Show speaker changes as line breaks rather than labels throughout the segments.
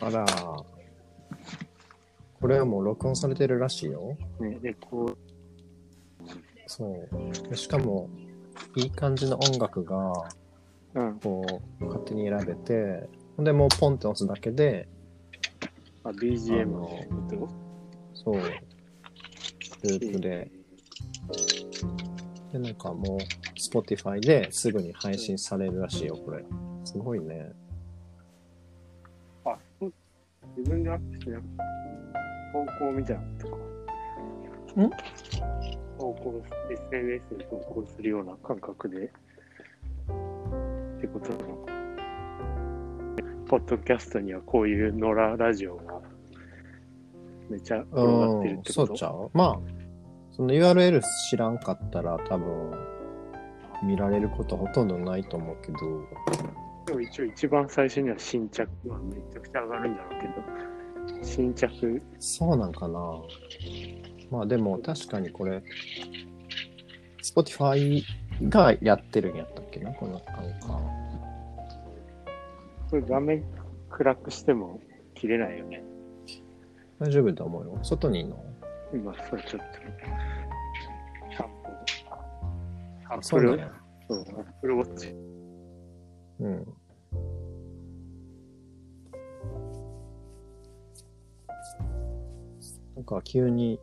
あら。これはもう録音されてるらしいよ。
ね、で、こ
そう。しかも、いい感じの音楽が、
う、うん。
こう、勝手に選べて、ほんでもうポンって押すだけで、
あ、
あ
BGM
の
の音
そう、ループで、で、なんかもう、Spotify ですぐに配信されるらしいよ、これ。すごいね。
あ、そう自分でアップしてなかった投稿みたいなことか。
ん
投稿、SNS に投稿するような感覚で。ってことなのか。ポッドキャストにはこういう野良ラジオがめちゃ転がってるって
そ
こ
う
と
ちゃうまあ、その URL 知らんかったら多分、見られることほとんどないと思うけど、
でも一応一番最初には新着はめちゃくちゃ上がるんだろうけど、新着、
そうなんかな。まあでも確かにこれ、Spotify がやってるんやったっけな、このなんか。
これ画面暗くしても切れないよね。
大丈夫と思うよ。外にいいの
今、それちょっと。散歩。アッ
そ
プ
うなん
ル、
や。
そう、アップルウォッチ。
うん。なんか急に、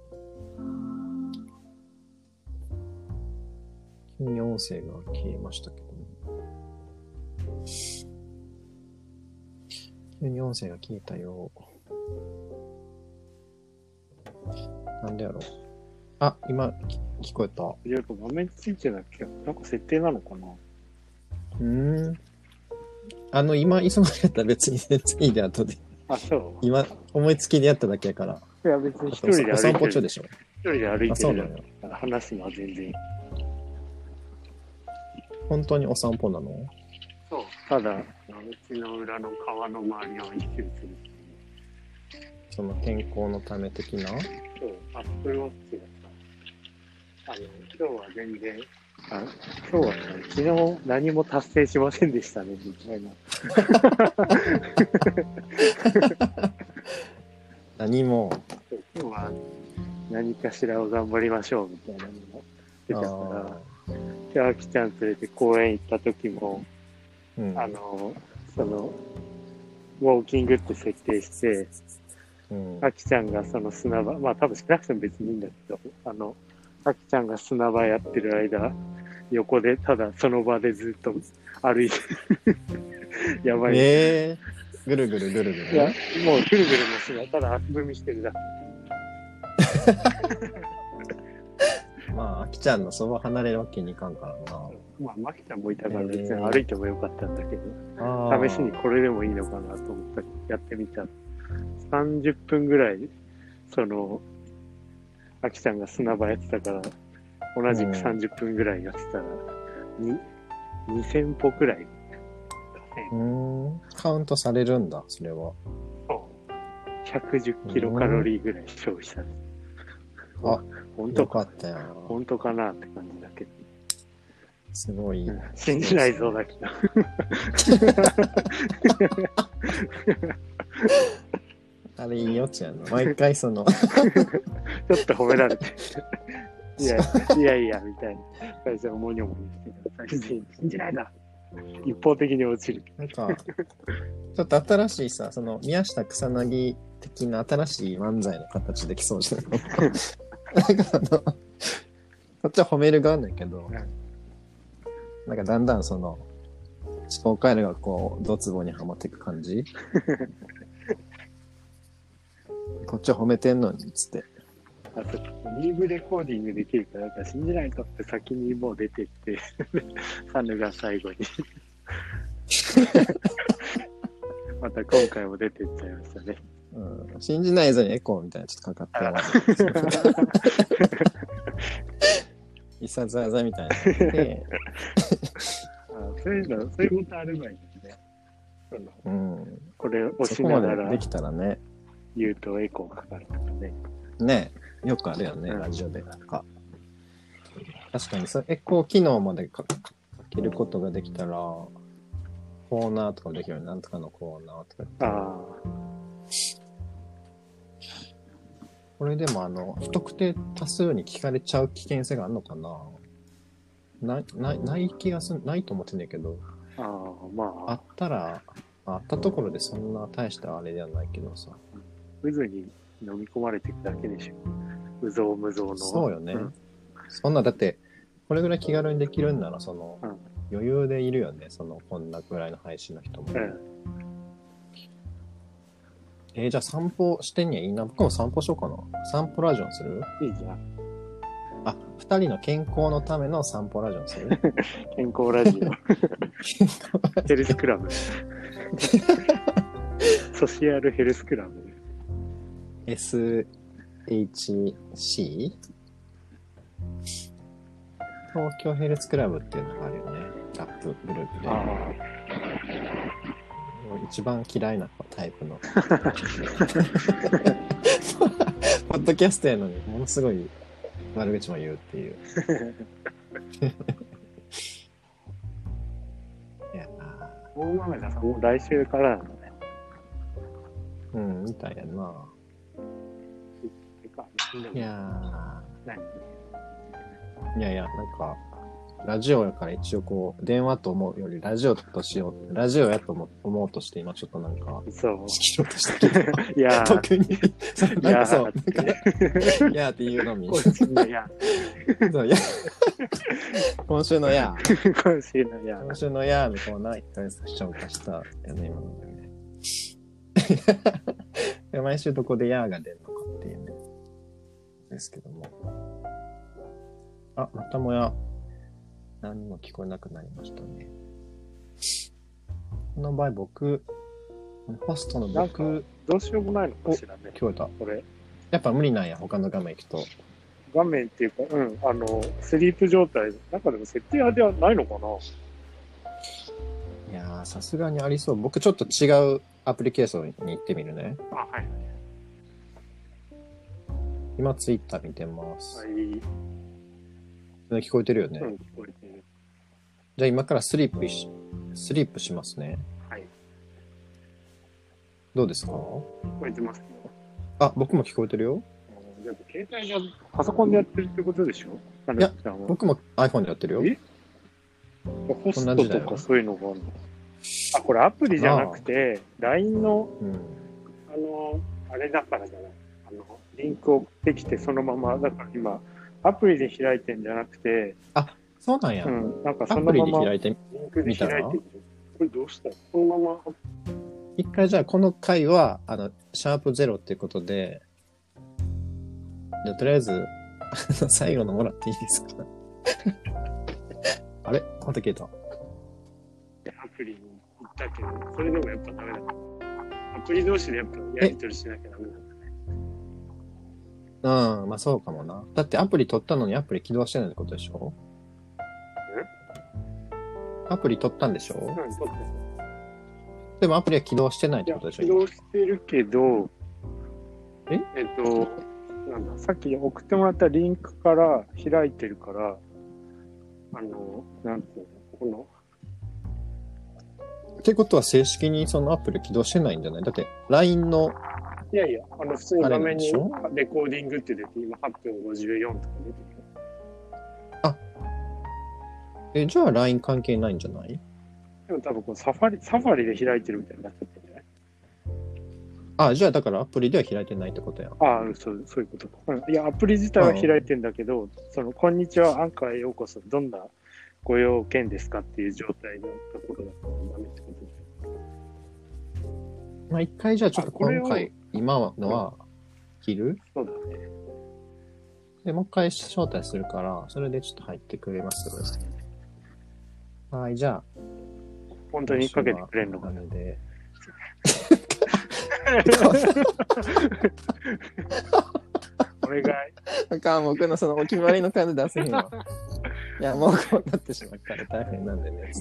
急に音声が消えましたけどね。急に音声が消えたよ。なんでやろう。あ、今、き聞こえた。
いや画面ついてなきゃ、なんか設定なのかな
うーん。あの、今、忙しかったら別に 全然いいで、後で。
あ、そ
今、思いつきでやっただけやから。
う。いや、別に
あ
一
と
人で
お散
歩
歩
いて
中
る。
でしょ。
一人で歩い
あ、
て
そうな
る
のよ。
から話すのは全然いい。
本当にお散歩なの
そう。ただ、あのうちの裏の川の周りを一周する。
その健康のため的な
そう、アップルウォッチがさ、あの、今日は全然、あ今日はね、昨日何も達成しませんでしたね、みたいな。
何も。
そう今日は何かしらを頑張りましょう、みたいなのが出たから、で、あきちゃん連れて公園行った時も、
あーうん。
あの、その、ウォーキングって設定して、
うん
あきちゃんがその砂場、まあ多分しなくても別にいいんだけど、あの、あきちゃんが砂場やってる間、横でただその場でずっと歩いてる。やばい。
えー、ぐるぐるぐるぐ
いや
る。、
もうぐるぐるもしない。ただ足踏みしてるだけ。
まあ、あきちゃんのそば離れるわけにいかんから
まあ、まきちゃんもいたから
えー
別に歩いてもよかったんだけど、
な。あー
試しにこれでもいいのかなと思ったやってみた。30分ぐらい、その、あきちゃんが砂場やってたから、同じく30分ぐらいやってたら、に2000歩くらい。
うーん。カウントされるんだ、それは。
110キロカロリーぐらい消費され
うんあ
た。本当
よ
か、
かったよ。
本当かなって感じだけど。
すごい。
信じないぞ、だけど。
あれ、いいよちやな。毎回その、
ちょっと褒められて。いや、いやいや、みたいな。最初はモニョモニョしてた。最初に信じないな。一方的に落ちる。
なんか、ちょっと新しいさ、その、宮下草薙的な新しい漫才の形できそうじゃないなんかあの、こっちは褒める側なんやけど、なんかだんだんその、思考回路がこう、ドツボにはまっていく感 じこっちは褒めてんのに、つって。
あと、リーブレコーディングできるから、だから信じないとって先にもう出てって、 サヌが最後に。 また今回も出てっちゃいましたね。
うん、信じないぞにエコーみたいなちょっとか かったよ。いさずあざみたいになって、
あそういうの、そういうことあればいいですね。その
うん、
これ押
そ
し
こ
な
ま
が
で
ら
できたらね、
言うとエコーかかるとかね。
ね、よくあるよね、
うん
ラジオで。なんか確かにそれ、エコー機能までかかけることができたら、コーナーとかもできるよね、なんとかのコーナーとか
ああ。
これでもあの、不特定多数に聞かれちゃう危険性があるのかなない、ない、ない気がすん、ないと思ってんだけど、
ああ、ま
あ
あ、
ったら、あったところでそんな大したあれではないけどさ。
渦に飲み込まれていくだけでしょ。無造無造の。
そうよね。
ん
そんな、だって、これぐらい気軽にできるんなら、その、
うん
余裕でいるよね。その、こんなぐらいの配信の人も。
うん。
えーじゃあ散歩してんやいいな。僕も散歩しようかな。散歩ラジオにする
いいじゃん。
あ、二人の健康のための散歩ラジオにす る
健康ラジオ。ヘルスクラブ。ソシアルヘルスクラブ。
SHC? 東京ヘルスクラブっていうのがあるよね。ラップグループで。
あ
一番嫌いなタイプの。 ポッドキャストやのに、ものすごい悪口も言うっていう。 いや
あ。大豆田さん、もう来週からなのね。
うん、みたいやな。
てか、
いや
何
ーいやいや、なんか、ラジオやから一応こう、電話と思うより、ラジオとしよう、ラジオやと思思うとして、今ちょっとなん か、
そう。
仕切ろうとしたけど、
いやー、
特に、そう
い
なん
や
かそ
ー
う、な
っ
んか
て、
いやーっていうのみ。
今週のや、
そういや今週のやー、
今週のや、
今週のやーのコーナー、一回消化したよね、今のでね。で 毎週どこでやーが出るのかっていうね、ですけども。あ、またもや、何も聞こえなくなりましたね。この場合、僕、ホストの
なんか
僕、
どうしようもないのかしらね、
聞こえた。
これ。
やっぱ無理なんや、他の画面行くと。
画面っていうか、うん、あの、スリープ状態、なんかでも設定あれはないのかない
やー、さすがにありそう。僕ちょっと違うアプリケーションに行ってみるね。
あ、はい。
今ツイッター見てます。
はい。
聞こえてるよね。
うん、聞こえてる。
じゃあ今からスリープし、スリープしますね。
はい。聞
どうですか
こえてますよ。
あ、僕も聞こえてるよ。
うんでも携帯じゃ、パソコンでやってるってことでしょ
いや、
あの
僕も iPhone でやってるよ。
えホス
同
ト
じだ
とか
よ
そういうのがあるのあ、これアプリじゃなくて、LINE の、
うん。
あの、あれだからじゃない。あの、リンク送ってきて、そのまま、だから今、アプリで開いてんじゃなくて、
そうなんや。
うん、なんか
ア
そ
プ
の
リ
ま
で
ま
開いて、
リンクで開いてる。これどうしたのこのまま
一回じゃあこの回は、あの、シャープゼロっていうことで、じゃあとりあえず、 あの最後のもらっていいですか あれ また消えた。
アプリに行ったけど、それでもやっぱダメだった。アプリ同士でやっぱやり取りしなきゃダメだった。
うん、まあそうかもな。だってアプリ取ったのにアプリ起動してないってことでしょアプリ取ったんでしょ
うん、そうそう
でもアプリは起動してないっ
い
て
や
ことでし
起
ょ
動してるけど、
え
えっと、なんだ、さっき送ってもらったリンクから開いてるから、あの、なんていうの、この、
ってことは正式にそのアプリ起動してないんじゃないだって LINE の、
いやいや、あの、普通に画面に
あれなんで
レコーディングって出て、今8分54とか出てるよ。
え、じゃあ LINE 関係ないんじゃない
でも多分こうサファリ、サファリで開いてるみたいになっちゃってるんじゃない
あ、じゃあだからアプリでは開いてないってことや。
ああ、そう、そういうことか。うんいや、アプリ自体は開いてんだけど、その、こんにちは、アンカーへようこそ、どんなご用件ですかっていう状態のところだったらダメってことで。
まあ一回じゃあちょっと
あこれを
今回、今のは切る
そうだね。
で、もう一回招待するから、それでちょっと入ってくれますください。はい、じゃあ。
本当にかけてくれんのか
な
な。
ので。
お願い。
なんか僕のそのお決まりの感じ出せへんわ。いや、もうこうなってしまったら大変なんでね。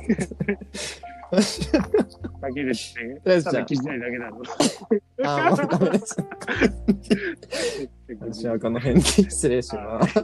かけるって、
とりあえず
た
じゃ
だ
あ
聞きたいだけなの。
あー、も うダメです。私はこの辺で失礼します。